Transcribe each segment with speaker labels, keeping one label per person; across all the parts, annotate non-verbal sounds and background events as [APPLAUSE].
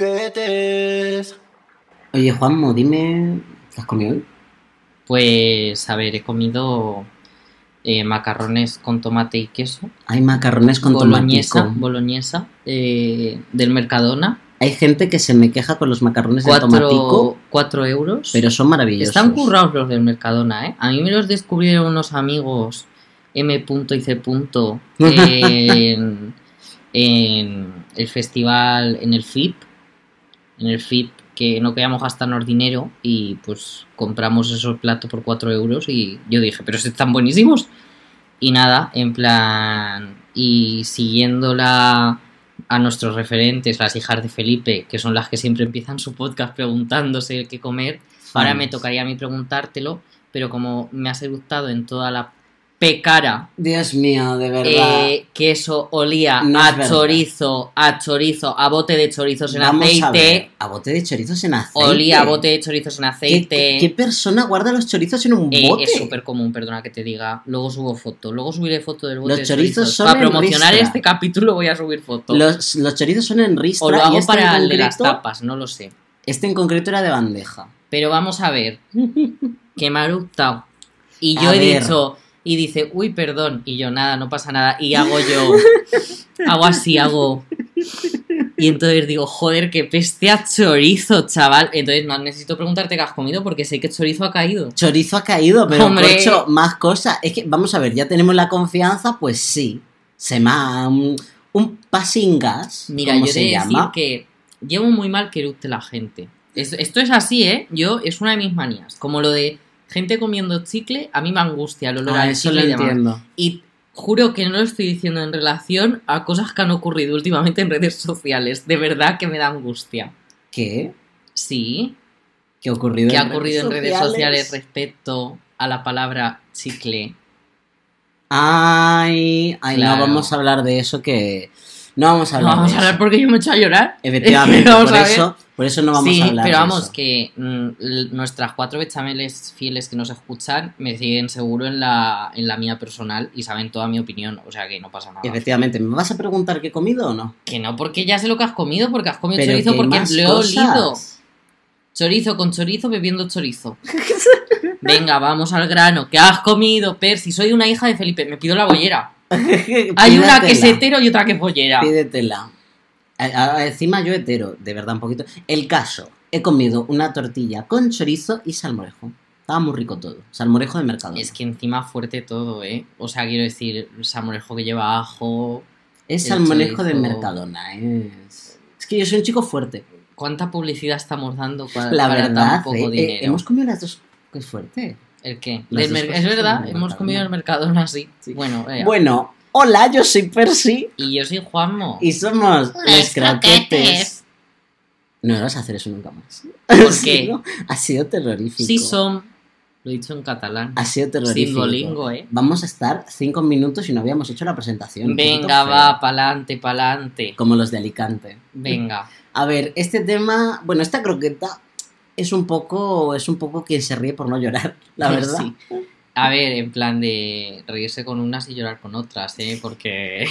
Speaker 1: croquetes.
Speaker 2: Oye, Juanmo, dime, ¿qué has comido hoy?
Speaker 3: Pues, a ver, he comido eh, macarrones con tomate y queso.
Speaker 2: Hay macarrones con
Speaker 3: boloñesa,
Speaker 2: tomatico.
Speaker 3: boloñesa, eh, del Mercadona.
Speaker 2: Hay gente que se me queja con los macarrones de tomatico,
Speaker 3: Cuatro, cuatro euros.
Speaker 2: pero son maravillosos.
Speaker 3: Están currados los del Mercadona, ¿eh? A mí me los descubrieron unos amigos M. y C. en, en el festival, en el FIP. En el FIP, que no queríamos gastarnos dinero y pues compramos esos platos por 4 euros y yo dije, pero si están buenísimos. Y nada, en plan. Y siguiendo la. A nuestros referentes, las hijas de Felipe, que son las que siempre empiezan su podcast preguntándose qué comer, Ahora me tocaría a mí preguntártelo, pero como me has eructado en toda la pecara,
Speaker 2: Dios mío, de verdad.
Speaker 3: eh, que eso olía
Speaker 2: No es
Speaker 3: a
Speaker 2: verdad.
Speaker 3: chorizo, a chorizo, a bote de chorizos en
Speaker 2: Vamos a ver,
Speaker 3: aceite,
Speaker 2: a bote de chorizos en aceite.
Speaker 3: olía a bote de chorizos en
Speaker 2: ¿Qué,
Speaker 3: aceite.
Speaker 2: qué, qué persona guarda los chorizos en un
Speaker 3: Eh,
Speaker 2: bote?
Speaker 3: es súper común, perdona que te diga. Luego subo foto. Luego subiré foto del bote
Speaker 2: Los
Speaker 3: de
Speaker 2: chorizos
Speaker 3: chorizos.
Speaker 2: son
Speaker 3: Para
Speaker 2: en
Speaker 3: promocionar
Speaker 2: ristra.
Speaker 3: este capítulo voy a subir foto.
Speaker 2: Los, los chorizos son en ristra
Speaker 3: o lo
Speaker 2: y
Speaker 3: hago
Speaker 2: este
Speaker 3: para
Speaker 2: en
Speaker 3: el de las
Speaker 2: concreto-
Speaker 3: tapas, no lo sé.
Speaker 2: Este en concreto era de bandeja.
Speaker 3: Pero vamos
Speaker 2: [LAUGHS]
Speaker 3: a ver. que me ha eructado. Y yo
Speaker 2: A
Speaker 3: he
Speaker 2: ver.
Speaker 3: dicho. Y dice, uy, perdón. Y yo, nada, no pasa nada. Y hago
Speaker 2: [LAUGHS]
Speaker 3: yo. hago así, hago. Y entonces digo, joder, que peste a chorizo, chaval. Entonces no necesito preguntarte qué has comido porque sé que chorizo ha caído.
Speaker 2: Chorizo ha caído, pero
Speaker 3: Hombre.
Speaker 2: corcho, más cosas. Es que, vamos a ver, ya tenemos la confianza, pues sí. Se me ha- un, un passing gas.
Speaker 3: Mira,
Speaker 2: ¿cómo
Speaker 3: yo he
Speaker 2: se
Speaker 3: de
Speaker 2: llama?
Speaker 3: decir que llevo muy mal que eructe la gente. Es- esto es así, ¿eh? Yo, es una de mis manías. Como lo de gente comiendo chicle, a mí me angustia el olor
Speaker 2: Ah,
Speaker 3: al
Speaker 2: eso lo
Speaker 3: chicle y demás.
Speaker 2: entiendo.
Speaker 3: Y juro que no lo estoy diciendo en relación a cosas que han ocurrido últimamente en redes sociales. De verdad que me da angustia.
Speaker 2: ¿Qué?
Speaker 3: Sí,
Speaker 2: ¿Qué ha ocurrido
Speaker 3: que ha
Speaker 2: en
Speaker 3: ocurrido en redes sociales respecto a la palabra chicle.
Speaker 2: Ay, ay,
Speaker 3: Claro.
Speaker 2: no vamos a hablar de eso que. No vamos a
Speaker 3: No
Speaker 2: hablar.
Speaker 3: vamos
Speaker 2: de
Speaker 3: a hablar
Speaker 2: eso.
Speaker 3: porque yo me he hecho a llorar. [LAUGHS]
Speaker 2: Efectivamente,
Speaker 3: Vamos
Speaker 2: por
Speaker 3: a ver.
Speaker 2: eso, por eso no vamos
Speaker 3: sí,
Speaker 2: a hablar.
Speaker 3: pero
Speaker 2: de
Speaker 3: vamos,
Speaker 2: eso.
Speaker 3: que mm, l- nuestras cuatro bechameles fieles que nos escuchan me siguen seguro en la, en la mía personal y saben toda mi opinión, o sea que no pasa nada.
Speaker 2: Efectivamente, ¿me vas a preguntar qué he comido o no?
Speaker 3: Que no, porque ya sé lo que has comido, porque has comido
Speaker 2: Pero
Speaker 3: chorizo,
Speaker 2: que
Speaker 3: porque
Speaker 2: más
Speaker 3: lo he
Speaker 2: cosas. [LAUGHS]
Speaker 3: olido. Chorizo con chorizo bebiendo chorizo. Venga, vamos al grano. ¿Qué has comido, Percy? Soy una hija de Felipe. Me pido la bollera. Hay una que es
Speaker 2: Pídatela.
Speaker 3: hetero y otra que es bollera.
Speaker 2: Pídetela. A- a- encima yo hetero, de verdad, un poquito. El caso, he comido una tortilla con chorizo y salmorejo. Estaba muy rico todo. Salmorejo de mercado.
Speaker 3: Es que encima fuerte todo, ¿eh? O sea, quiero decir, el salmorejo que lleva ajo.
Speaker 2: es
Speaker 3: el
Speaker 2: salmorejo de
Speaker 3: chorizo.
Speaker 2: Mercadona. Es... es que yo soy un chico fuerte.
Speaker 3: ¿Cuánta publicidad estamos dando cua- para,
Speaker 2: La
Speaker 3: tan
Speaker 2: verdad,
Speaker 3: poco
Speaker 2: eh, eh,
Speaker 3: dinero?
Speaker 2: hemos comido las dos. Qué fuerte.
Speaker 3: ¿El qué?
Speaker 2: Las
Speaker 3: Del
Speaker 2: dos
Speaker 3: mer-
Speaker 2: cosas
Speaker 3: Es verdad,
Speaker 2: son del
Speaker 3: hemos comido
Speaker 2: Mercadona.
Speaker 3: el Mercadona así.
Speaker 2: Sí.
Speaker 3: Bueno, eh,
Speaker 2: Bueno, hola, yo soy Percy
Speaker 3: y yo soy Juanmo.
Speaker 2: y somos
Speaker 3: Los
Speaker 2: los
Speaker 3: Croquetes.
Speaker 2: croquetes. No ibas a hacer eso nunca más. [LAUGHS]
Speaker 3: ¿Por
Speaker 2: Sí,
Speaker 3: qué?
Speaker 2: ¿no? Ha sido terrorífico.
Speaker 3: Sí son. Lo he dicho en catalán.
Speaker 2: Ha sido terrorífico.
Speaker 3: Sin Duolingo, ¿eh?
Speaker 2: Vamos a estar cinco minutos y no habíamos hecho la presentación. Un
Speaker 3: Venga,
Speaker 2: poquito
Speaker 3: va, pa'lante, pa'lante.
Speaker 2: feo. Como los de Alicante.
Speaker 3: Venga.
Speaker 2: A ver, este tema, bueno, esta croqueta es un poco, es un poco quien se ríe por no llorar, [LAUGHS] [LAUGHS] la verdad.
Speaker 3: Sí. A ver, en plan de reírse con unas y llorar con otras, ¿eh? Porque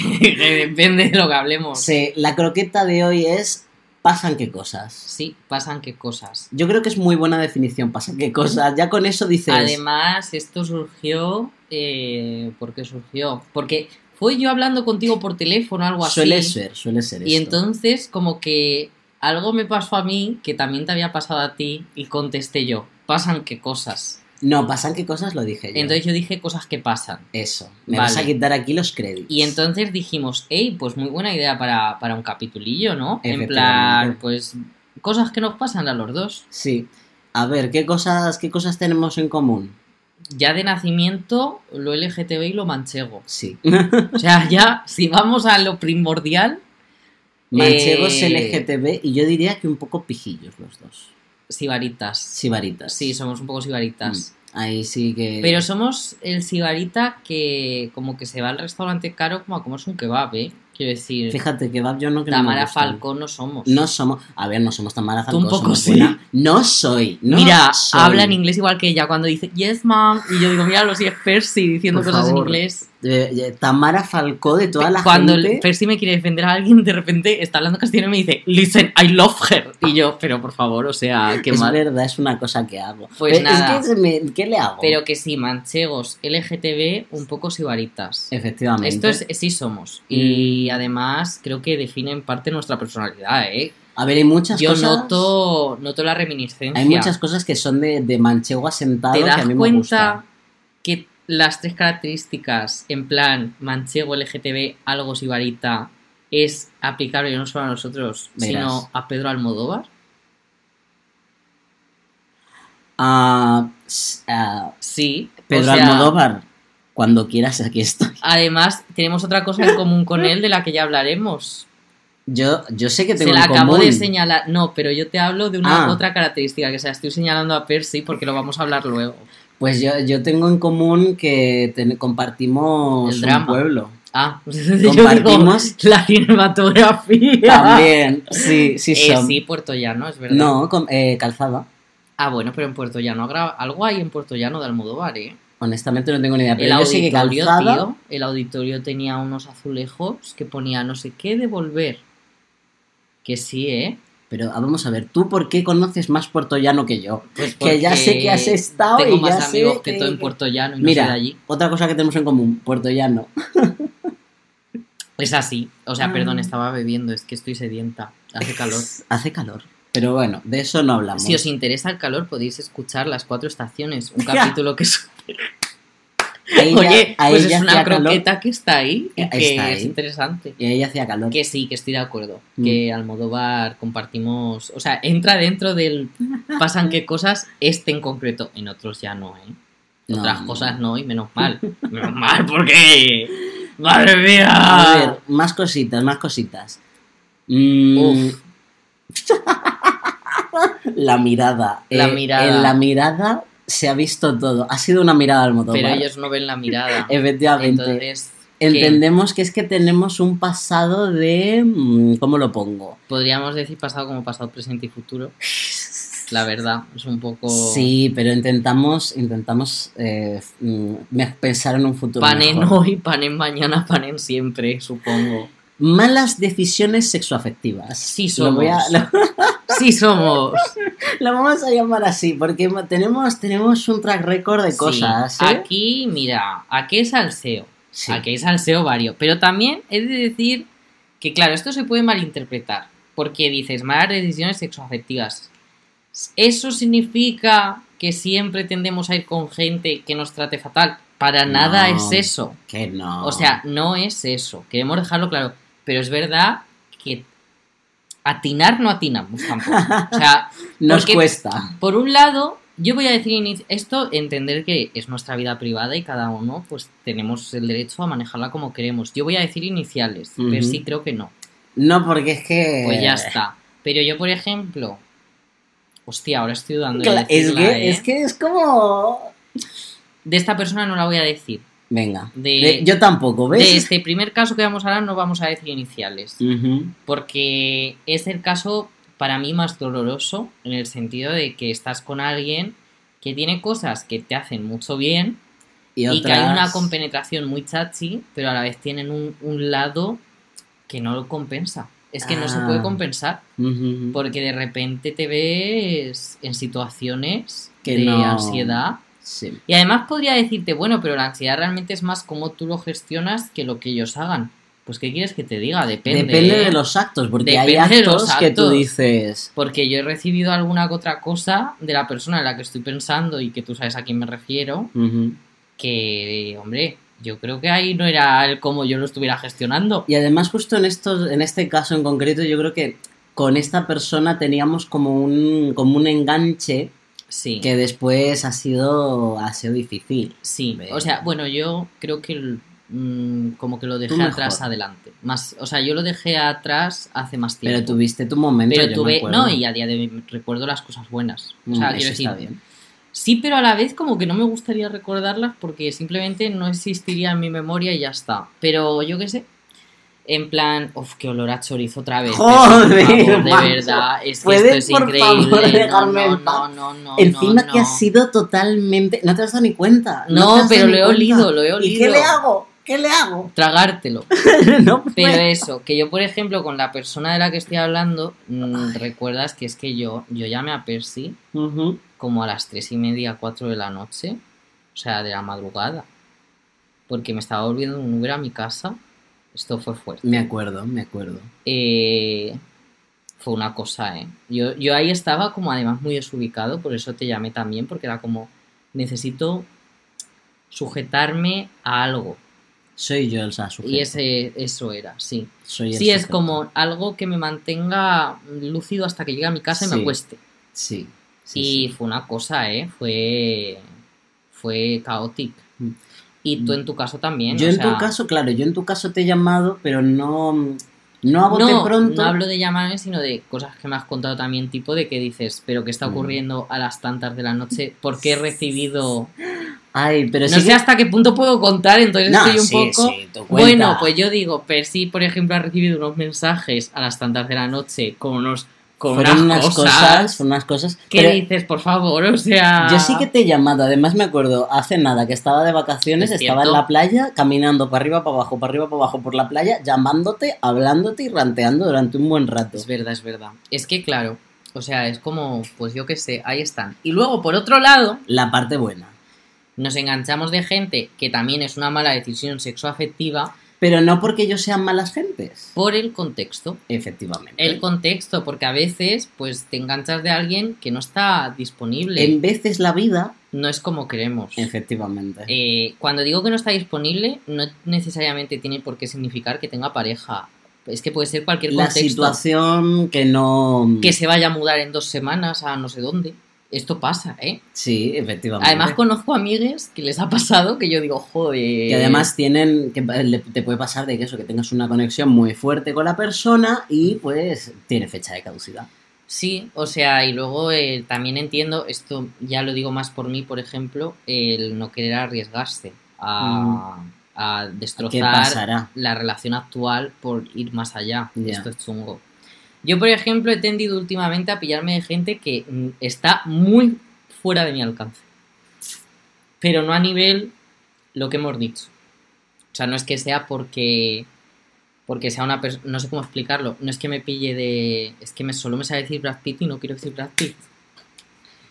Speaker 3: [LAUGHS] depende de lo que hablemos. Sí,
Speaker 2: Sí, la croqueta de hoy es pasan qué cosas.
Speaker 3: pasan qué cosas.
Speaker 2: Yo creo que es muy buena definición, pasan qué cosas. Ya con eso dices,
Speaker 3: Además, esto surgió. Eh, ¿Por qué surgió? Porque fue yo hablando contigo por teléfono, algo así.
Speaker 2: suele ser, suele ser
Speaker 3: Y
Speaker 2: esto.
Speaker 3: entonces, como que algo me pasó a mí que también te había pasado a ti y contesté yo. Pasan qué cosas.
Speaker 2: No, pasan qué cosas lo dije yo.
Speaker 3: Entonces yo dije cosas que pasan.
Speaker 2: Eso, me
Speaker 3: Vale.
Speaker 2: vas a quitar aquí los créditos.
Speaker 3: Y entonces dijimos, hey, pues muy buena idea para, para un capitulillo, ¿no? En
Speaker 2: Efectivamente.
Speaker 3: plan, pues cosas que nos pasan a los dos.
Speaker 2: Sí. A ver, ¿qué cosas, qué cosas tenemos en común?
Speaker 3: Ya de nacimiento, lo LGTB y lo manchego.
Speaker 2: Sí.
Speaker 3: O sea, ya, si vamos a lo primordial,
Speaker 2: Manchegos
Speaker 3: Eh,
Speaker 2: LGTB y yo diría que un poco pijillos los dos.
Speaker 3: sibaritas.
Speaker 2: Sibaritas. Mm.
Speaker 3: Sí, somos un poco sibaritas.
Speaker 2: Ahí sí que.
Speaker 3: Pero somos el sibarita que como que se va al restaurante caro como a comerse un kebab, ¿eh? Quiero decir,
Speaker 2: Fíjate que Bab yo no creo que me
Speaker 3: Tamara
Speaker 2: gustan.
Speaker 3: Falcón no somos.
Speaker 2: No somos. A ver, no somos Tamara
Speaker 3: Tú
Speaker 2: Falcón.
Speaker 3: un poco
Speaker 2: somos
Speaker 3: sí.
Speaker 2: buena. No soy. No
Speaker 3: mira,
Speaker 2: soy. Eh,
Speaker 3: habla en inglés igual que ella cuando dice yes mom y yo digo, míralo si es Percy diciendo
Speaker 2: Por
Speaker 3: cosas en
Speaker 2: favor.
Speaker 3: inglés.
Speaker 2: eh, eh, Tamara Falcó de toda la
Speaker 3: Cuando el
Speaker 2: gente.
Speaker 3: Percy me quiere defender a alguien, de repente está hablando castellano y me dice, listen, I love her. Y yo, pero por favor, o sea, qué
Speaker 2: es
Speaker 3: mal.
Speaker 2: verdad, es una cosa que hago.
Speaker 3: Pues
Speaker 2: Pero es
Speaker 3: nada.
Speaker 2: que se me- ¿Qué le hago?
Speaker 3: Pero que sí, manchegos, LGTB, un poco sibaritas.
Speaker 2: Efectivamente.
Speaker 3: Esto es, sí somos.
Speaker 2: Mm.
Speaker 3: Y además creo que define en parte nuestra personalidad, ¿eh?
Speaker 2: A ver, hay muchas
Speaker 3: Yo
Speaker 2: cosas.
Speaker 3: noto, noto la reminiscencia.
Speaker 2: Hay muchas cosas que son de, de manchego asentado
Speaker 3: ¿Te
Speaker 2: que a
Speaker 3: das
Speaker 2: mí me
Speaker 3: cuenta
Speaker 2: gusta.
Speaker 3: que las tres características, en plan manchego, LGTB, algo sibarita, es aplicable no solo a nosotros,
Speaker 2: Verás.
Speaker 3: sino a Pedro Almodóvar?
Speaker 2: Ah, s- ah,
Speaker 3: Sí. o
Speaker 2: Pedro
Speaker 3: sea,
Speaker 2: Almodóvar, cuando quieras, aquí estoy.
Speaker 3: Además, tenemos otra cosa en común con él de la que ya hablaremos.
Speaker 2: Yo, yo sé que tengo
Speaker 3: Se la
Speaker 2: en
Speaker 3: acabo
Speaker 2: común.
Speaker 3: de señalar. No, pero yo te hablo de una
Speaker 2: Ah.
Speaker 3: otra característica que se la estoy señalando a Percy porque lo vamos a hablar luego.
Speaker 2: Pues yo, yo tengo en común que ten- compartimos
Speaker 3: El
Speaker 2: un
Speaker 3: drama.
Speaker 2: pueblo.
Speaker 3: Ah, [LAUGHS] yo digo, [LAUGHS]
Speaker 2: Compartimos.
Speaker 3: la cinematografía.
Speaker 2: También, sí, sí,
Speaker 3: Eh,
Speaker 2: son.
Speaker 3: sí, Puerto Llano, es verdad.
Speaker 2: no, com- eh, calzada.
Speaker 3: Ah, bueno, pero en Puerto Llano habrá- algo hay en Puerto Llano de Almodóvar, ¿eh?
Speaker 2: Honestamente no tengo ni idea,
Speaker 3: El
Speaker 2: pero yo sé que
Speaker 3: auditorio,
Speaker 2: calzada...
Speaker 3: tío, el auditorio tenía unos azulejos que ponía no sé qué devolver. Que sí, ¿eh?
Speaker 2: Pero ah, vamos a ver, ¿tú por qué conoces más puertollano que yo?
Speaker 3: Pues
Speaker 2: que ya sé que has
Speaker 3: porque
Speaker 2: estado
Speaker 3: Tengo
Speaker 2: y Ah, ya
Speaker 3: más amigos
Speaker 2: sé
Speaker 3: que, todo en Puerto Llano y
Speaker 2: Mira,
Speaker 3: no soy de allí.
Speaker 2: otra cosa que tenemos en común, puertollano.
Speaker 3: Es así. O sea,
Speaker 2: Ah.
Speaker 3: perdón, estaba bebiendo, es que estoy sedienta. Hace calor.
Speaker 2: Hace calor. Pero bueno, de eso no hablamos.
Speaker 3: Si os interesa el calor, podéis escuchar las cuatro estaciones.
Speaker 2: [LAUGHS]
Speaker 3: Un capítulo que es.
Speaker 2: Ahí ya-
Speaker 3: Oye,
Speaker 2: ahí
Speaker 3: pues
Speaker 2: ya
Speaker 3: es una
Speaker 2: hacía calor
Speaker 3: croqueta que está ahí y
Speaker 2: Está
Speaker 3: que es
Speaker 2: ahí.
Speaker 3: interesante.
Speaker 2: Y ahí hacía calor.
Speaker 3: Que sí, que estoy de acuerdo.
Speaker 2: Mm.
Speaker 3: Que Almodóvar compartimos. O sea, entra dentro del. Pasan qué cosas, este en concreto. En otros ya no, ¿eh?
Speaker 2: No,
Speaker 3: Otras
Speaker 2: no.
Speaker 3: cosas no,
Speaker 2: [LAUGHS]
Speaker 3: y menos mal. Menos mal, porque. ¡Madre
Speaker 2: A
Speaker 3: mía!
Speaker 2: ver, más cositas, más cositas. Mm,
Speaker 3: Ah.
Speaker 2: [LAUGHS]
Speaker 3: Uf.
Speaker 2: La mirada.
Speaker 3: La
Speaker 2: Eh,
Speaker 3: mirada.
Speaker 2: En la mirada se ha visto todo. Ha sido una mirada al modo.
Speaker 3: Pero ellos no ven la mirada.
Speaker 2: Efectivamente.
Speaker 3: Entonces. ¿qué?
Speaker 2: Entendemos que es que tenemos un pasado de... mm, ¿Cómo lo pongo?
Speaker 3: Podríamos decir pasado como pasado, presente
Speaker 2: [LAUGHS]
Speaker 3: y futuro. La verdad, es un poco.
Speaker 2: Sí, pero intentamos, intentamos eh, f- mm, me- pensar en un futuro.
Speaker 3: Pan en
Speaker 2: mejor.
Speaker 3: hoy, pan en mañana, pan en siempre, supongo.
Speaker 2: Malas decisiones sexoafectivas.
Speaker 3: Sí
Speaker 2: Lo, voy a-
Speaker 3: somos. Sí somos.
Speaker 2: [LAUGHS] lo vamos a llamar así, porque ma- tenemos, tenemos un track record de
Speaker 3: Sí.
Speaker 2: [LAUGHS]
Speaker 3: Ah,
Speaker 2: cosas. ¿eh?
Speaker 3: Aquí, mira, aquí es salseo.
Speaker 2: Sí.
Speaker 3: Aquí es salseo vario. Pero también he de decir que, claro, esto se puede malinterpretar. Porque dices, malas decisiones sexoafectivas. Eso significa que siempre tendemos a ir con gente que nos trate fatal. Para
Speaker 2: No.
Speaker 3: nada es eso.
Speaker 2: Que no.
Speaker 3: O sea, no es eso. Queremos dejarlo claro. Pero es verdad que atinar no atinamos tampoco.
Speaker 2: [LAUGHS]
Speaker 3: O sea,
Speaker 2: nos
Speaker 3: porque-
Speaker 2: cuesta.
Speaker 3: por un lado, yo voy a decir inici- esto, entender que es nuestra vida privada y cada uno pues tenemos el derecho a manejarla como queremos. Yo voy a decir iniciales,
Speaker 2: Ujú. Eh.
Speaker 3: pero sí creo que no.
Speaker 2: No, porque es que.
Speaker 3: Pues ya está. Pero yo, por ejemplo, hostia, ahora estoy dudando. de
Speaker 2: Cla- es,
Speaker 3: decirla,
Speaker 2: que,
Speaker 3: ¿eh?
Speaker 2: es que es como.
Speaker 3: De esta persona no la voy a decir.
Speaker 2: Venga.
Speaker 3: De-
Speaker 2: De- Yo tampoco,
Speaker 3: De
Speaker 2: ¿ves?
Speaker 3: este primer caso que vamos a hablar no vamos a decir iniciales.
Speaker 2: Mm. Ujú.
Speaker 3: porque es el caso para mí más doloroso en el sentido de que estás con alguien que tiene cosas que te hacen mucho bien
Speaker 2: Y,
Speaker 3: y, que
Speaker 2: otras-
Speaker 3: hay una compenetración muy chachi, pero a la vez tienen un, un lado que no lo compensa. Es que no se
Speaker 2: Ah.
Speaker 3: puede compensar
Speaker 2: Ujú.
Speaker 3: porque de repente te ves en situaciones
Speaker 2: Que
Speaker 3: de
Speaker 2: no.
Speaker 3: ansiedad.
Speaker 2: Sí.
Speaker 3: Y además podría decirte, bueno, pero la ansiedad realmente es más cómo tú lo gestionas que lo que ellos hagan. Pues, ¿qué quieres que te diga? Depende.
Speaker 2: Depende,
Speaker 3: ¿eh?
Speaker 2: de los actos, porque
Speaker 3: Depende
Speaker 2: hay
Speaker 3: de los
Speaker 2: actos que tú
Speaker 3: actos.
Speaker 2: dices.
Speaker 3: Porque yo he recibido alguna que otra cosa de la persona en la que estoy pensando y que tú sabes a quién me refiero,
Speaker 2: Ujú.
Speaker 3: que, hombre, yo creo que ahí no era el cómo yo lo estuviera gestionando.
Speaker 2: Y además, justo en estos, en este caso en concreto, yo creo que con esta persona teníamos como un, como un enganche
Speaker 3: Sí,
Speaker 2: que después ha sido, ha sido difícil.
Speaker 3: sí.
Speaker 2: Ve.
Speaker 3: O sea, bueno, yo creo que el- mm, como que lo dejé
Speaker 2: mejor.
Speaker 3: atrás adelante. Más, o sea, yo lo dejé atrás hace más tiempo.
Speaker 2: Pero tuviste tu momento.
Speaker 3: Pero
Speaker 2: yo me
Speaker 3: tuve,
Speaker 2: acuerdo.
Speaker 3: no, y a día de hoy recuerdo las cosas buenas. O sea,
Speaker 2: Mm,
Speaker 3: quiero
Speaker 2: eso
Speaker 3: decir,
Speaker 2: está bien.
Speaker 3: sí, pero a la vez como que no me gustaría recordarlas porque simplemente no existiría en mi memoria y ya está. Pero yo qué sé, en plan, uff, qué olor a chorizo otra vez. [LAUGHS]
Speaker 2: Joder,
Speaker 3: Por favor,
Speaker 2: macho.
Speaker 3: de verdad, es que esto
Speaker 2: ¿Puedes,
Speaker 3: es
Speaker 2: por
Speaker 3: increíble.
Speaker 2: favor,
Speaker 3: No,
Speaker 2: dejarme
Speaker 3: no,
Speaker 2: en paz?
Speaker 3: no, no, no,
Speaker 2: Encima
Speaker 3: no,
Speaker 2: que ha
Speaker 3: no.
Speaker 2: sido totalmente. No te has dado ni cuenta.
Speaker 3: No,
Speaker 2: te has
Speaker 3: pero
Speaker 2: dado ni
Speaker 3: lo he
Speaker 2: cuenta.
Speaker 3: olido, lo he
Speaker 2: ¿Y qué
Speaker 3: olido.
Speaker 2: le Pues hago? ¿Qué le
Speaker 3: [LAUGHS]
Speaker 2: hago? [LAUGHS] eh,
Speaker 3: Tragártelo.
Speaker 2: no puedo.
Speaker 3: Pero eso, que yo, por ejemplo, con la persona de la que estoy hablando, mm, recuerdas que es que yo, yo llamé a Percy
Speaker 2: Ujú.
Speaker 3: como a las tres y media, cuatro de la noche, o sea, de la madrugada, porque me estaba volviendo un Uber a mi casa. Esto fue fuerte.
Speaker 2: Me acuerdo, me acuerdo.
Speaker 3: Eh, fue una cosa, ¿eh? Yo, yo ahí estaba como además muy desubicado, por eso te llamé también, porque era como, necesito sujetarme a algo.
Speaker 2: Soy yo el sujeto.
Speaker 3: Y ese, eso era, sí.
Speaker 2: Soy el
Speaker 3: Sí, es
Speaker 2: sujeto.
Speaker 3: como algo que me mantenga lúcido hasta que llegue a mi casa y me
Speaker 2: Sí.
Speaker 3: acueste.
Speaker 2: Sí. sí, sí.
Speaker 3: y fue una cosa, ¿eh? Fue, fue caótica.
Speaker 2: Mm.
Speaker 3: Y tú en tu caso también.
Speaker 2: Yo
Speaker 3: o
Speaker 2: en
Speaker 3: sea,
Speaker 2: tu caso, claro, yo en tu caso te he llamado, pero no, no a bote
Speaker 3: no,
Speaker 2: pronto.
Speaker 3: no hablo de llamarme, sino de cosas que me has contado también, tipo de que dices, pero ¿qué está
Speaker 2: Mm.
Speaker 3: ocurriendo a las tantas de la noche? ¿Por qué he recibido...?
Speaker 2: Ay, pero
Speaker 3: No
Speaker 2: sí
Speaker 3: sé
Speaker 2: que-
Speaker 3: hasta qué punto puedo contar, entonces
Speaker 2: No,
Speaker 3: estoy un
Speaker 2: sí,
Speaker 3: poco...
Speaker 2: sí, tú cuenta.
Speaker 3: Bueno, pues yo digo, Percy, por ejemplo, ha recibido unos mensajes a las tantas de la noche con unos... Con
Speaker 2: fueron unas cosas,
Speaker 3: cosas
Speaker 2: fueron unas cosas.
Speaker 3: ¿Qué
Speaker 2: pero
Speaker 3: dices, por favor? O sea.
Speaker 2: yo sí que te he llamado, además me acuerdo, hace nada que estaba de vacaciones,
Speaker 3: Es
Speaker 2: estaba en
Speaker 3: cierto.
Speaker 2: la playa, caminando para arriba, para abajo, para arriba, para abajo por la playa, llamándote, hablándote y ranteando durante un buen rato.
Speaker 3: Es verdad, es verdad. Es que, claro, o sea, es como, pues yo qué sé, ahí están. Y luego, por otro lado,
Speaker 2: La parte buena.
Speaker 3: nos enganchamos de gente que también es una mala decisión sexoafectiva
Speaker 2: Pero no porque ellos sean malas gentes.
Speaker 3: por el contexto.
Speaker 2: Efectivamente.
Speaker 3: Pues, El contexto, porque a veces, pues te enganchas de alguien que no está disponible.
Speaker 2: En veces la vida,
Speaker 3: No es como queremos.
Speaker 2: efectivamente.
Speaker 3: Eh, cuando digo que no está disponible, no necesariamente tiene por qué significar que tenga pareja. Es que puede ser cualquier
Speaker 2: la
Speaker 3: contexto.
Speaker 2: situación que no...
Speaker 3: que se vaya a mudar en dos semanas a no sé dónde. Esto pasa, ¿eh?
Speaker 2: Sí, efectivamente.
Speaker 3: Además conozco amigues que les ha pasado que yo digo, joder.
Speaker 2: Y además tienen, que pa- le- te puede pasar de que eso, que tengas una conexión muy fuerte con la persona y pues tiene fecha de caducidad.
Speaker 3: Sí, o sea, y luego eh, también entiendo, esto ya lo digo más por mí, por ejemplo, el no querer arriesgarse a, a
Speaker 2: ¿Qué
Speaker 3: destrozar
Speaker 2: pasará?
Speaker 3: la relación actual por ir más allá.
Speaker 2: Ya.
Speaker 3: Esto es chungo. Yo, por ejemplo, he tendido últimamente a pillarme de gente que mm, está muy fuera de mi alcance. Pero no a nivel lo que hemos dicho. O sea, no es que sea porque porque sea una persona, no sé cómo explicarlo, no es que me pille de, es que me solo me sabe decir Brad Pitt y no quiero decir Brad Pitt.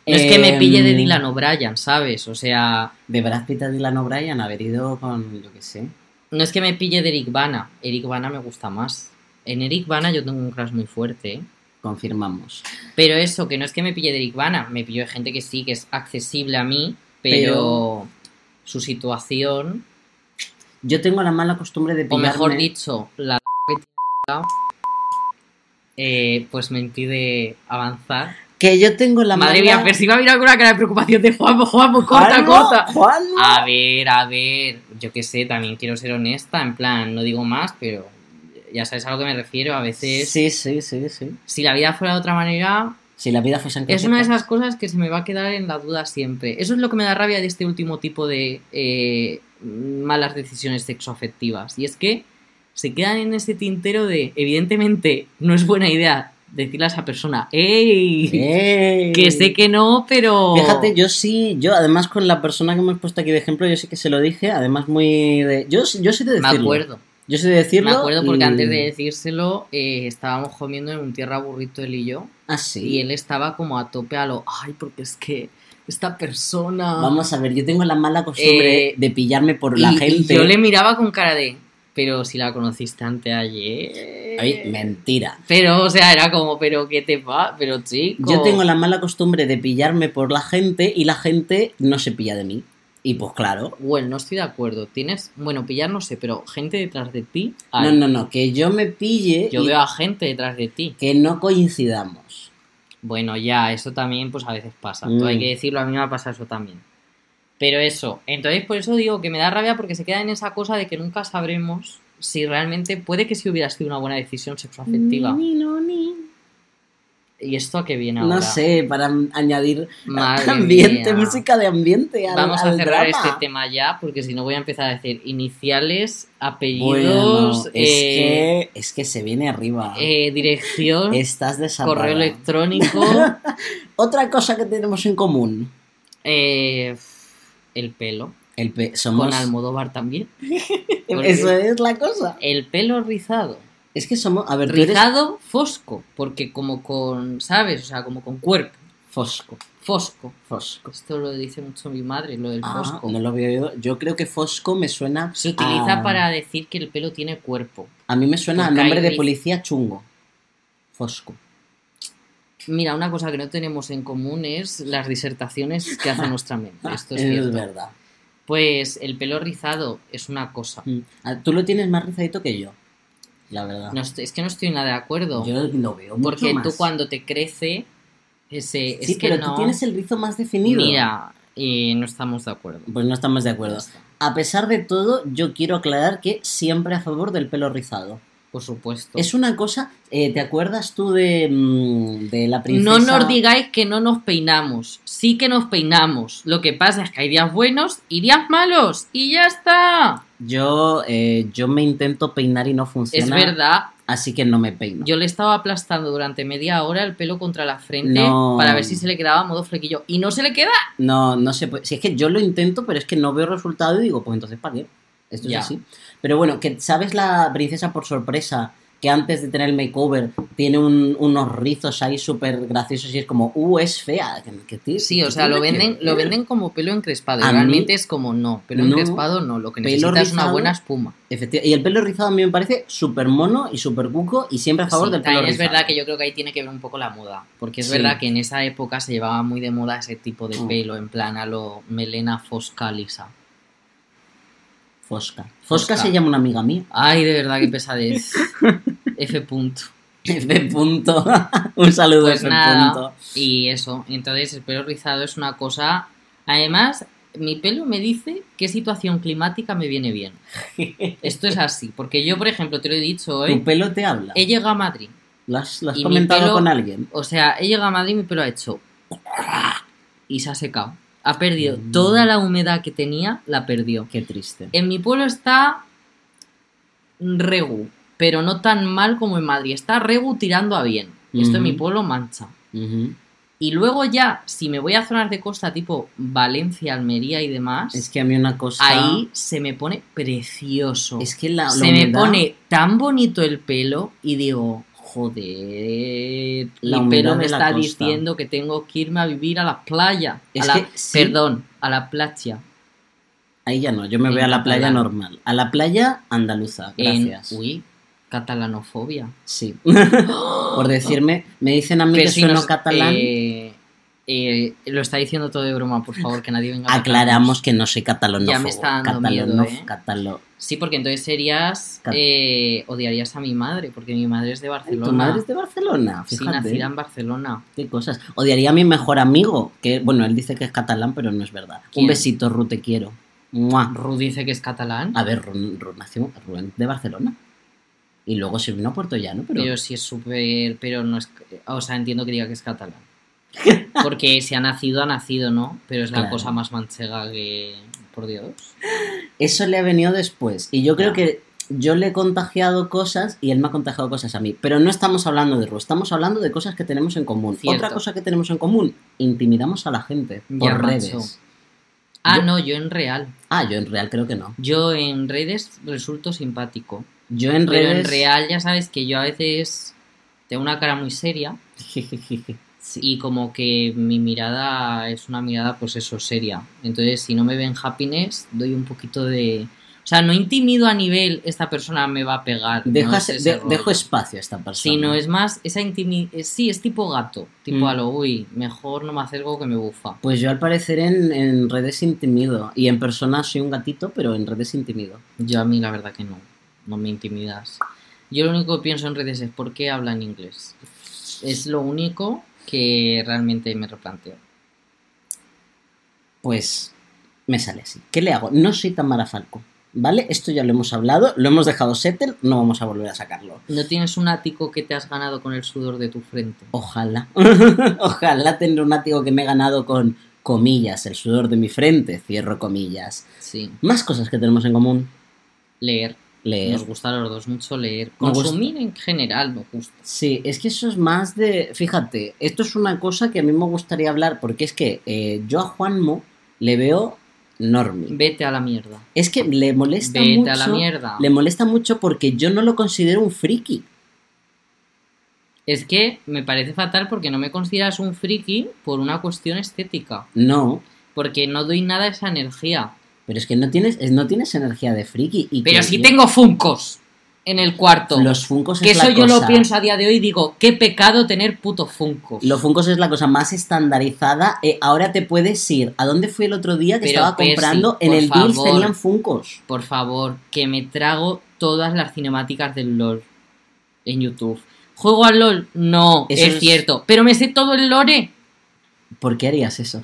Speaker 3: No es que me
Speaker 2: Em,
Speaker 3: pille de Dylan O'Brien, ¿sabes? O sea,
Speaker 2: De Brad Pitt a Dylan O'Brien haber ido con, yo qué sé.
Speaker 3: no es que me pille de Eric Bana, Eric Bana me gusta más. En Eric Bana yo tengo un crush muy fuerte, ¿eh?
Speaker 2: Confirmamos.
Speaker 3: Pero eso, que no es que me pille de Eric Bana, me pillo de gente que sí, que es accesible a mí, pero, su situación,
Speaker 2: Yo tengo la mala costumbre de
Speaker 3: o
Speaker 2: pillarme...
Speaker 3: mejor dicho, la eh, pues me impide avanzar.
Speaker 2: Que yo tengo la
Speaker 3: Madre
Speaker 2: mala...
Speaker 3: mía, pero si va a mirar con una cara de preocupación de Juanjo, Juanjo, corta,
Speaker 2: ¡Juanma!
Speaker 3: corta. Ah,
Speaker 2: ¡Juanma!
Speaker 3: A ver, a ver, yo qué sé, también quiero ser honesta, en plan, no digo más, pero ya sabes a lo que me refiero, a veces,
Speaker 2: Sí, sí, sí, sí.
Speaker 3: si la vida fuera de otra manera,
Speaker 2: Si la vida fuese en
Speaker 3: es una de
Speaker 2: croquetas.
Speaker 3: esas cosas que se me va a quedar en la duda siempre. Eso es lo que me da rabia de este último tipo de eh, malas decisiones sexoafectivas, y es que se quedan en ese tintero de, evidentemente, no es buena idea decirle a esa persona, ¡Ey!
Speaker 2: ¡Ey!
Speaker 3: Que sé que no, pero...
Speaker 2: Fíjate, yo sí, yo además con la persona que hemos puesto aquí de ejemplo, yo sí que se lo dije, además muy de... Yo, yo sé de
Speaker 3: Me
Speaker 2: decirlo.
Speaker 3: acuerdo,
Speaker 2: Yo sé de decirlo.
Speaker 3: me acuerdo porque
Speaker 2: y-
Speaker 3: antes de decírselo eh, estábamos comiendo en un tierra burrito él y yo
Speaker 2: Ah, sí.
Speaker 3: y él estaba como a tope a lo, ay, porque es que esta persona...
Speaker 2: Vamos a ver, yo tengo la mala costumbre
Speaker 3: Eh,
Speaker 2: de pillarme por
Speaker 3: Y-
Speaker 2: la
Speaker 3: y
Speaker 2: gente.
Speaker 3: yo le miraba con cara de, pero si la conociste anteayer...
Speaker 2: Ay, mentira.
Speaker 3: Pero, o sea, era como, pero ¿qué te va? Pero chico...
Speaker 2: Yo tengo la mala costumbre de pillarme por la gente y la gente no se pilla de mí. Y pues claro.
Speaker 3: Bueno, no estoy de acuerdo. Tienes, bueno, pillar no sé, pero gente detrás de ti. hay.
Speaker 2: No, no, no, que yo me pille
Speaker 3: Yo
Speaker 2: y
Speaker 3: veo a gente detrás de ti.
Speaker 2: que no coincidamos.
Speaker 3: Bueno, ya, eso también pues a veces pasa.
Speaker 2: Mm.
Speaker 3: Todo hay que decirlo, a mí me ha pasado eso también. Pero eso, entonces por eso digo que me da rabia porque se queda en esa cosa de que nunca sabremos si realmente puede que si hubiera sido una buena decisión sexoafectiva.
Speaker 2: Ni, no, ni.
Speaker 3: ¿Y esto a qué viene ahora?
Speaker 2: Mm. No sé, para añadir [LAUGHS]
Speaker 3: Madre
Speaker 2: ambiente,
Speaker 3: mía.
Speaker 2: música de ambiente al,
Speaker 3: Vamos a
Speaker 2: al
Speaker 3: cerrar
Speaker 2: drama.
Speaker 3: este tema ya porque si no voy a empezar a decir iniciales,
Speaker 2: Bueno,
Speaker 3: apellidos,
Speaker 2: es,
Speaker 3: eh,
Speaker 2: que, es que se viene arriba.
Speaker 3: eh, dirección,
Speaker 2: Estás desatada.
Speaker 3: correo
Speaker 2: [LAUGHS]
Speaker 3: electrónico,
Speaker 2: Otra cosa que tenemos en común.
Speaker 3: eh, el pelo.
Speaker 2: El pe-
Speaker 3: Con
Speaker 2: somos... [LAUGHS]
Speaker 3: Almodóvar también. Porque
Speaker 2: Eso es la cosa.
Speaker 3: El pelo rizado.
Speaker 2: Es que somos... A ver, tú eres
Speaker 3: Rizado fosco, porque como con, ¿sabes? O sea, como con cuerpo.
Speaker 2: fosco.
Speaker 3: Fosco.
Speaker 2: Fosco.
Speaker 3: Esto lo dice mucho mi madre, lo del
Speaker 2: Ah,
Speaker 3: fosco.
Speaker 2: no lo Ah. había oído. Yo creo que fosco me suena...
Speaker 3: Se utiliza
Speaker 2: a-
Speaker 3: para decir que el pelo tiene cuerpo.
Speaker 2: A mí me suena a
Speaker 3: Porque
Speaker 2: nombre
Speaker 3: hay
Speaker 2: de
Speaker 3: riz-
Speaker 2: policía chungo. Fosco.
Speaker 3: Mira, una cosa que no tenemos en común es las disertaciones que hace
Speaker 2: [LAUGHS]
Speaker 3: nuestra mente. Esto es
Speaker 2: Ah, es
Speaker 3: cierto.
Speaker 2: verdad.
Speaker 3: Pues el pelo rizado es una cosa.
Speaker 2: Mm. Ah, Tú lo tienes más rizadito que yo. La verdad.
Speaker 3: No estoy- es que no estoy nada de acuerdo.
Speaker 2: yo lo veo mucho
Speaker 3: porque tú
Speaker 2: más.
Speaker 3: cuando te crece, ese,
Speaker 2: Sí,
Speaker 3: Eh, es que
Speaker 2: pero
Speaker 3: no.
Speaker 2: tú tienes el rizo más definido.
Speaker 3: Mira, eh, no estamos de acuerdo.
Speaker 2: Pues no estamos de acuerdo. A pesar de todo, yo quiero aclarar que siempre a favor del pelo rizado.
Speaker 3: Por supuesto.
Speaker 2: Es una cosa... eh, ¿Te acuerdas tú de, mm, de la princesa?
Speaker 3: No nos digáis que no nos peinamos. Sí que nos peinamos. Lo que pasa es que hay días buenos y días malos. Y ya está.
Speaker 2: Yo, eh, yo me intento peinar y no
Speaker 3: Es
Speaker 2: funciona.
Speaker 3: verdad.
Speaker 2: Así que no me peino.
Speaker 3: Yo le estaba aplastando durante media hora el pelo contra la frente
Speaker 2: No.
Speaker 3: para ver si se le quedaba a modo flequillo. Y no se le queda.
Speaker 2: No, no se puede. Si es que yo lo intento, pero es que no veo resultado y digo, pues entonces, ¿para qué? Esto
Speaker 3: Ya.
Speaker 2: es así. Pero bueno, que ¿sabes la princesa por sorpresa? Que antes de tener el makeover tiene un- unos rizos ahí súper graciosos y es como, uh, es fea. que- que ti-
Speaker 3: Sí, o
Speaker 2: que
Speaker 3: sea,
Speaker 2: tiene
Speaker 3: lo
Speaker 2: que
Speaker 3: venden, lo
Speaker 2: ver.
Speaker 3: venden como pelo encrespado.
Speaker 2: A
Speaker 3: Y realmente
Speaker 2: mí-
Speaker 3: es como no, pelo
Speaker 2: No.
Speaker 3: encrespado no. Lo que
Speaker 2: Pelo
Speaker 3: necesitas es una
Speaker 2: rizado.
Speaker 3: buena espuma.
Speaker 2: Efectivamente. Y el pelo rizado a mí me parece súper mono y súper cuco y siempre a favor
Speaker 3: Sí,
Speaker 2: del pelo
Speaker 3: también
Speaker 2: rizado.
Speaker 3: es verdad que yo creo que ahí tiene que ver un poco la moda. Porque es
Speaker 2: Sí.
Speaker 3: verdad que en esa época se llevaba muy de moda ese tipo de
Speaker 2: Mm.
Speaker 3: pelo, en plan a lo melena fosca lisa.
Speaker 2: Fosca. Fosca.
Speaker 3: Fosca.
Speaker 2: se llama una amiga mía. [LAUGHS]
Speaker 3: Ay, de verdad, qué pesadez. F punto.
Speaker 2: F. Punto. [LAUGHS] un saludo,
Speaker 3: Pues
Speaker 2: F.
Speaker 3: nada.
Speaker 2: Punto.
Speaker 3: Y eso, entonces el pelo rizado es una cosa. Además, mi pelo me dice qué situación climática me viene bien. Esto es así, porque yo, por ejemplo, te lo he dicho
Speaker 2: Tu
Speaker 3: hoy,
Speaker 2: pelo te habla.
Speaker 3: he llegado a Madrid.
Speaker 2: ¿Lo has, lo has
Speaker 3: y mi
Speaker 2: comentado
Speaker 3: pelo-
Speaker 2: con alguien?
Speaker 3: O sea, he llegado a Madrid y mi pelo ha hecho. Y se ha secado. Ha perdido
Speaker 2: Mm.
Speaker 3: toda la humedad que tenía, la perdió.
Speaker 2: Qué triste.
Speaker 3: En mi pueblo está. Regu, pero no tan mal como en Madrid. Está Regu tirando a bien. Esto en mi
Speaker 2: Ujú.
Speaker 3: pueblo mancha.
Speaker 2: Ujú.
Speaker 3: Y luego ya, si me voy a zonas de costa tipo Valencia, Almería y demás,
Speaker 2: Es que a mí una cosa.
Speaker 3: ahí se me pone precioso.
Speaker 2: Es que la. la
Speaker 3: se me
Speaker 2: humedad-
Speaker 3: pone tan bonito el pelo y digo, joder,
Speaker 2: La
Speaker 3: mi
Speaker 2: humedad
Speaker 3: pelo me
Speaker 2: de la
Speaker 3: está
Speaker 2: costa.
Speaker 3: diciendo que tengo que irme a vivir a la playa.
Speaker 2: Es
Speaker 3: a la-
Speaker 2: que sí.
Speaker 3: Perdón, a la playa.
Speaker 2: Ahí ya no, yo me
Speaker 3: En
Speaker 2: voy a la playa
Speaker 3: catalán.
Speaker 2: normal. A la playa andaluza,
Speaker 3: En-
Speaker 2: gracias.
Speaker 3: uy, catalanofobia. [GASPS]
Speaker 2: Sí. Por decirme, me dicen a mí que
Speaker 3: si
Speaker 2: sueno
Speaker 3: nos-
Speaker 2: catalán.
Speaker 3: eh, eh, lo está diciendo todo de broma, por favor, que nadie
Speaker 2: [LAUGHS]
Speaker 3: venga a
Speaker 2: Aclaramos que no soy catalanófobo.
Speaker 3: Ya me está dando
Speaker 2: Catalanof-
Speaker 3: miedo, ¿eh?
Speaker 2: catalo-
Speaker 3: Sí, porque entonces serías.
Speaker 2: Cat-
Speaker 3: eh, odiarías a mi madre, porque mi madre es de Barcelona.
Speaker 2: Tu madre es de Barcelona,
Speaker 3: Sí,
Speaker 2: fíjate.
Speaker 3: nacida en Barcelona.
Speaker 2: Qué cosas. Odiaría a mi mejor amigo, que bueno, él dice que es catalán, pero no es verdad.
Speaker 3: ¿Quién?
Speaker 2: Un besito, Ru, te quiero. ¡Mua!
Speaker 3: Ru dice que es catalán,
Speaker 2: A ver, Ru, Ru nació Rubén de Barcelona. Y luego se vino a Puerto Llano, pero,
Speaker 3: pero, sí es súper. Pero no es. O sea, entiendo que diga que
Speaker 2: [LAUGHS]
Speaker 3: es catalán. Porque si ha nacido, ha nacido, ¿no? Pero es la
Speaker 2: Claro.
Speaker 3: cosa más manchega que. Por Dios.
Speaker 2: eso le ha venido después. Y yo creo
Speaker 3: Ya.
Speaker 2: que yo le he contagiado cosas y él me ha contagiado cosas a mí. Pero no estamos hablando de Ru, estamos hablando de cosas que tenemos en común.
Speaker 3: Cierto.
Speaker 2: Otra cosa que tenemos en común, intimidamos a la gente
Speaker 3: Ya,
Speaker 2: por redes.
Speaker 3: macho. Ah,
Speaker 2: Yo-
Speaker 3: no, yo en real.
Speaker 2: Ah, yo en real creo que no.
Speaker 3: Yo en redes resulto simpático.
Speaker 2: Yo en
Speaker 3: Pero
Speaker 2: redes...
Speaker 3: en real ya sabes que yo a veces tengo una cara muy seria.
Speaker 2: [LAUGHS] Sí.
Speaker 3: y como que mi mirada es una mirada pues eso seria entonces si no me ven happiness doy un poquito de o sea no intimido a nivel esta persona me va a pegar no
Speaker 2: Dejas-
Speaker 3: es ese
Speaker 2: de-
Speaker 3: rollo.
Speaker 2: dejo espacio a esta persona.
Speaker 3: sino es más esa intimidad sí es tipo gato tipo
Speaker 2: Mm.
Speaker 3: a lo uy mejor no me acerco que me bufa
Speaker 2: Pues yo al parecer en, en redes intimido. Y en persona soy un gatito, pero en redes intimido.
Speaker 3: yo a mí la verdad que no no me intimidas yo lo único que pienso en redes es por qué hablan inglés es lo único que realmente me replanteo
Speaker 2: Pues me sale así. ¿Qué le hago? No soy tan marafalco. ¿Vale? Esto ya lo hemos hablado, lo hemos dejado settle, no vamos a volver a sacarlo.
Speaker 3: no tienes un ático que te has ganado con el sudor de tu frente
Speaker 2: Ojalá. [LAUGHS] Ojalá tener un látigo que me he ganado con comillas, el sudor de mi frente, cierro comillas.
Speaker 3: sí
Speaker 2: Más cosas que tenemos en común.
Speaker 3: leer.
Speaker 2: Leer.
Speaker 3: Nos gusta a los dos mucho leer.
Speaker 2: Me gusta.
Speaker 3: Consumir en general me gusta.
Speaker 2: Sí, es que eso es más de... Fíjate, esto es una cosa que a mí me gustaría hablar porque es que eh, yo a Juanmo le veo normie.
Speaker 3: Vete a la mierda.
Speaker 2: Es que le molesta
Speaker 3: Vete
Speaker 2: mucho.
Speaker 3: a la mierda.
Speaker 2: Le molesta mucho porque yo no lo considero un friki.
Speaker 3: Es que me parece fatal porque no me consideras un friki por una cuestión estética.
Speaker 2: No,
Speaker 3: Porque no doy nada a esa energía.
Speaker 2: pero es que no tienes, es- no tienes energía de friki. Y
Speaker 3: Pero
Speaker 2: que
Speaker 3: si
Speaker 2: yo-
Speaker 3: tengo funcos en el cuarto.
Speaker 2: Los funcos
Speaker 3: que
Speaker 2: es la
Speaker 3: eso yo lo
Speaker 2: cosa-
Speaker 3: pienso a día de hoy y digo, qué pecado tener puto funcos.
Speaker 2: Los funcos es la cosa más estandarizada. Eh, ahora te puedes ir. ¿A dónde fui el otro día que
Speaker 3: Pero,
Speaker 2: estaba
Speaker 3: Percy,
Speaker 2: comprando? en
Speaker 3: por
Speaker 2: el Bills
Speaker 3: favor.
Speaker 2: tenían funcos.
Speaker 3: Por favor, que me trago todas las cinemáticas del LOL en YouTube. ¿Juego al LOL? No,
Speaker 2: Eso
Speaker 3: es,
Speaker 2: es-
Speaker 3: cierto. Pero me sé todo el lore.
Speaker 2: ¿Por qué harías
Speaker 3: [LAUGHS]
Speaker 2: eso?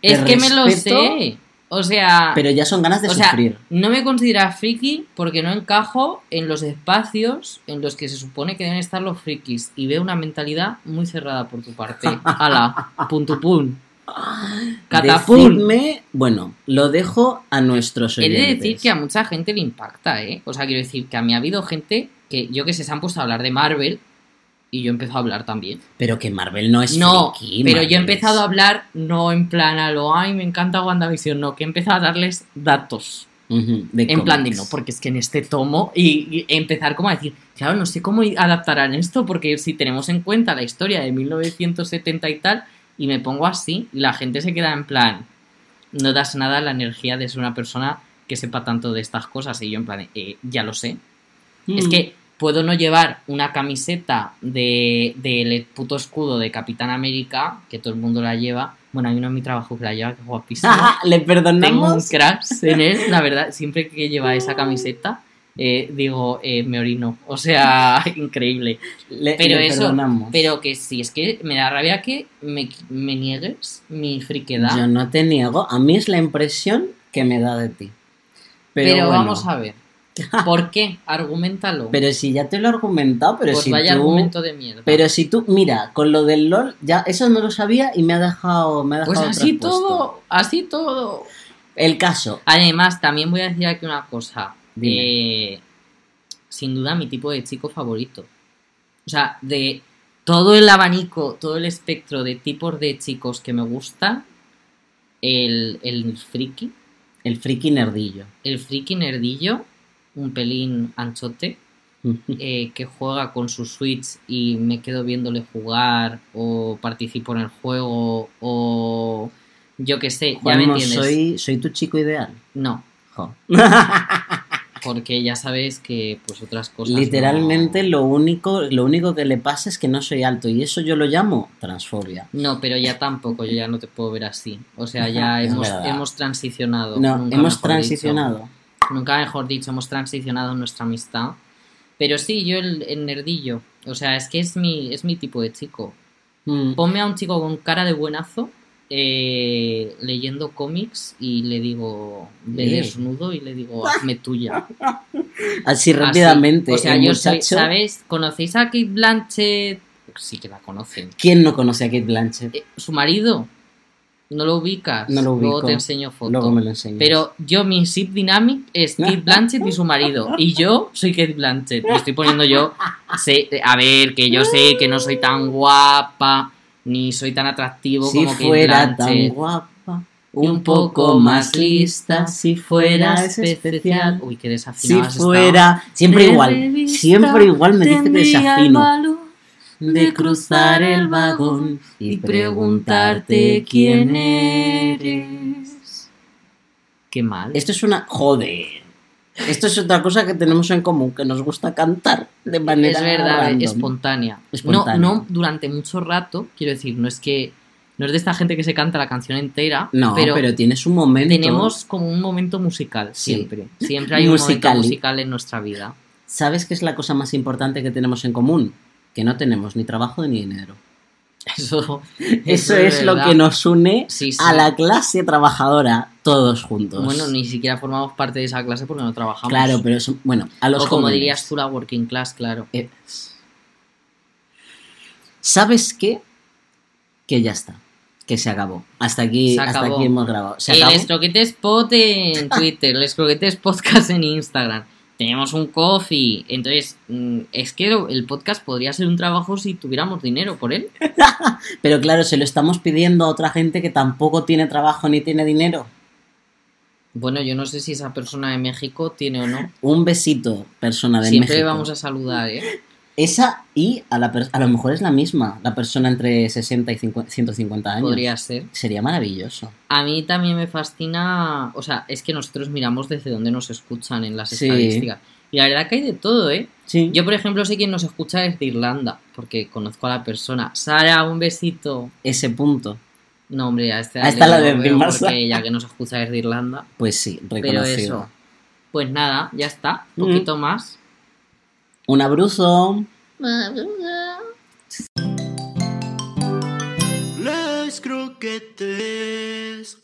Speaker 3: Es
Speaker 2: Te
Speaker 3: que me lo
Speaker 2: respeto,
Speaker 3: sé. O sea,
Speaker 2: pero ya son ganas de
Speaker 3: o sea,
Speaker 2: sufrir.
Speaker 3: no me consideras friki porque no encajo en los espacios en los que se supone que deben estar los frikis. Y veo una mentalidad muy cerrada por
Speaker 2: [LAUGHS]
Speaker 3: tu parte. Ala, puntupun. Catapum.
Speaker 2: Decidme- bueno, lo dejo a nuestros
Speaker 3: He
Speaker 2: oyentes.
Speaker 3: de decir que a mucha gente le impacta, ¿eh? O sea, quiero decir que a mí ha habido gente que yo que sé, se han puesto a hablar de Marvel y yo he empezado a hablar también.
Speaker 2: Pero que Marvel no es
Speaker 3: no,
Speaker 2: Pues friki,
Speaker 3: pero
Speaker 2: Marvel
Speaker 3: yo he empezado
Speaker 2: es-
Speaker 3: a hablar no en plan a lo, ay, me encanta WandaVision, no, que he empezado a darles datos.
Speaker 2: Ujú, de
Speaker 3: en plan de
Speaker 2: cómics.
Speaker 3: no, porque es que en este tomo y, y empezar como a decir, claro, no sé cómo adaptarán esto, porque si tenemos en cuenta la historia de 1970 y tal, y me pongo así, y la gente se queda en plan, no das nada a la energía de ser una persona que sepa tanto de estas cosas, y yo en plan, de, "Eh, ya lo sé. Es
Speaker 2: Mm.
Speaker 3: que puedo no llevar una camiseta de- del puto escudo de Capitán América, que todo el mundo la lleva. Bueno, hay uno en mi trabajo que la lleva, que es
Speaker 2: [LAUGHS]
Speaker 3: guapísimo.
Speaker 2: [LAUGHS] Le
Speaker 3: Tengo un
Speaker 2: perdonamos.
Speaker 3: crash
Speaker 2: [LAUGHS]
Speaker 3: en él, la verdad, siempre que lleva esa camiseta, eh, digo, eh, me orino. O sea, [LAUGHS] increíble.
Speaker 2: Le,
Speaker 3: pero
Speaker 2: le
Speaker 3: eso-
Speaker 2: perdonamos.
Speaker 3: Pero que sí, es que me da rabia que me, me niegues mi friquedad.
Speaker 2: Yo no te niego. A mí es la impresión que me da de ti. Pero,
Speaker 3: pero
Speaker 2: bueno,
Speaker 3: vamos a
Speaker 2: [LAUGHS]
Speaker 3: ver. ¿Por qué? Argumentalo.
Speaker 2: Pero si ya te lo he argumentado, pero
Speaker 3: pues
Speaker 2: si
Speaker 3: vaya
Speaker 2: tú...
Speaker 3: argumento de mierda.
Speaker 2: Pero si tú, mira, con lo del LOL, ya eso no lo sabía y me ha dejado. Me ha dejado
Speaker 3: pues así
Speaker 2: traspuesto.
Speaker 3: todo, así todo.
Speaker 2: El caso.
Speaker 3: Además, también voy a decir aquí una cosa.
Speaker 2: Dime.
Speaker 3: Eh, sin duda, mi tipo de chico favorito. O sea, de todo el abanico, todo el espectro de tipos de chicos que me gustan, el, el friki,
Speaker 2: El friki nerdillo.
Speaker 3: el friki nerdillo, un pelín anchote, eh, que juega con su Switch y me quedo viéndole jugar o participo en el juego o yo qué sé, ya me
Speaker 2: Juanma,
Speaker 3: entiendes.
Speaker 2: soy, soy tu chico ideal.
Speaker 3: No,
Speaker 2: Jo.
Speaker 3: porque ya sabes que pues otras cosas
Speaker 2: Literalmente
Speaker 3: no...
Speaker 2: lo único, lo único que le pasa es que no soy alto y eso yo lo llamo transfobia.
Speaker 3: No, pero ya tampoco, yo ya no te puedo ver así. O sea,
Speaker 2: Ajá,
Speaker 3: ya
Speaker 2: es
Speaker 3: hemos,
Speaker 2: verdad.
Speaker 3: hemos transicionado.
Speaker 2: No,
Speaker 3: nunca
Speaker 2: hemos
Speaker 3: mejor
Speaker 2: transicionado.
Speaker 3: dicho. nunca mejor dicho, hemos transicionado nuestra amistad. Pero sí, yo el, el nerdillo. O sea, es que es mi, es mi tipo de chico.
Speaker 2: Mm.
Speaker 3: Ponme a un chico con cara de buenazo eh, leyendo cómics y le digo, le
Speaker 2: Eh.
Speaker 3: desnudo y le digo, hazme tuya.
Speaker 2: Así
Speaker 3: Así.
Speaker 2: rápidamente.
Speaker 3: O sea,
Speaker 2: el
Speaker 3: yo soy,
Speaker 2: muchacho,
Speaker 3: ¿sabéis? ¿Conocéis a Kate Blanchett? Sí que la conocen.
Speaker 2: ¿Quién no conoce a Kate Blanchett?
Speaker 3: Eh, su marido. No lo ubicas.
Speaker 2: No lo
Speaker 3: Luego
Speaker 2: ubico.
Speaker 3: te enseño foto.
Speaker 2: Luego me lo enseñas.
Speaker 3: Pero yo, mi ship dynamic
Speaker 2: [LAUGHS]
Speaker 3: es Kate Blanchett y su marido. Y yo soy Kate Blanchett. Me estoy poniendo yo. sé- a ver, que yo sé que no soy tan guapa. Ni soy tan atractivo
Speaker 2: si
Speaker 3: como Kate
Speaker 2: fuera tan
Speaker 3: Blanchett.
Speaker 2: guapa,
Speaker 3: Y
Speaker 2: un poco más lista, si fueras especial.
Speaker 3: Uy, qué
Speaker 2: Si
Speaker 3: desafinada has estado.
Speaker 2: fuera. Siempre
Speaker 3: De
Speaker 2: igual.
Speaker 3: revista
Speaker 2: Siempre igual me dice que
Speaker 3: Tendría el
Speaker 2: desafino.
Speaker 3: valor
Speaker 2: De cruzar el vagón y preguntarte quién eres.
Speaker 3: Qué mal.
Speaker 2: Esto es una. Joder. Esto es otra cosa que tenemos en común, que nos gusta cantar de manera.
Speaker 3: es verdad,
Speaker 2: random.
Speaker 3: espontánea.
Speaker 2: Espontánea.
Speaker 3: No, no durante mucho rato, quiero decir, no es que. No es de esta gente que se canta la canción entera,
Speaker 2: No, pero,
Speaker 3: pero,
Speaker 2: tienes un momento.
Speaker 3: tenemos como un momento musical
Speaker 2: Sí.
Speaker 3: siempre. Siempre hay un
Speaker 2: Musicali.
Speaker 3: momento musical en
Speaker 2: [LAUGHS]
Speaker 3: nuestra vida.
Speaker 2: ¿Sabes qué es la cosa más importante que tenemos en común? Que no tenemos ni trabajo ni dinero.
Speaker 3: [LAUGHS] Eso,
Speaker 2: Eso es lo
Speaker 3: verdad.
Speaker 2: que nos une
Speaker 3: Sí, sí.
Speaker 2: a la clase trabajadora todos juntos.
Speaker 3: Bueno, ni siquiera formamos parte de esa clase porque no trabajamos.
Speaker 2: Claro, pero son- bueno, a los
Speaker 3: o como
Speaker 2: jóvenes.
Speaker 3: dirías tú, la working class, claro.
Speaker 2: Eh, ¿Sabes qué? Que ya está. Que se acabó. Hasta aquí,
Speaker 3: Se
Speaker 2: hasta
Speaker 3: acabó.
Speaker 2: aquí hemos grabado. Se
Speaker 3: El
Speaker 2: acabó. [LAUGHS]
Speaker 3: Escroquetes Pod en Twitter, el Escroquetes Podcast en Instagram, tenemos un coffee. Entonces, mm, es que lo- el podcast podría ser un trabajo si tuviéramos dinero por él.
Speaker 2: Pero claro, se lo estamos pidiendo a otra gente que tampoco tiene trabajo ni tiene dinero.
Speaker 3: Bueno, yo no sé si esa persona de México tiene o no.
Speaker 2: Un besito, persona de
Speaker 3: Siempre
Speaker 2: México.
Speaker 3: vamos a saludar, ¿eh?
Speaker 2: Esa y a, la per- a lo mejor es la misma, la persona entre 60 y 50 150 años.
Speaker 3: Podría ser.
Speaker 2: Sería maravilloso.
Speaker 3: A mí también me fascina, o sea, es que nosotros miramos desde dónde nos escuchan en las
Speaker 2: Sí.
Speaker 3: estadísticas. Y la verdad que hay de todo, ¿eh?
Speaker 2: Sí.
Speaker 3: Yo, por ejemplo, sé quién nos escucha desde Irlanda, porque conozco a la persona. Sara, un besito.
Speaker 2: Ese punto.
Speaker 3: No, hombre, a esta
Speaker 2: Ahí está
Speaker 3: le
Speaker 2: la
Speaker 3: digo,
Speaker 2: de
Speaker 3: bueno,
Speaker 2: Birmasa.
Speaker 3: porque ya que nos escucha
Speaker 2: [LAUGHS]
Speaker 3: desde Irlanda.
Speaker 2: Pues sí,
Speaker 3: Pero
Speaker 2: reconocido.
Speaker 3: eso. Pues nada, ya está.
Speaker 2: Mm.
Speaker 3: Un poquito más.
Speaker 2: Un abruzo.
Speaker 1: Les croquettes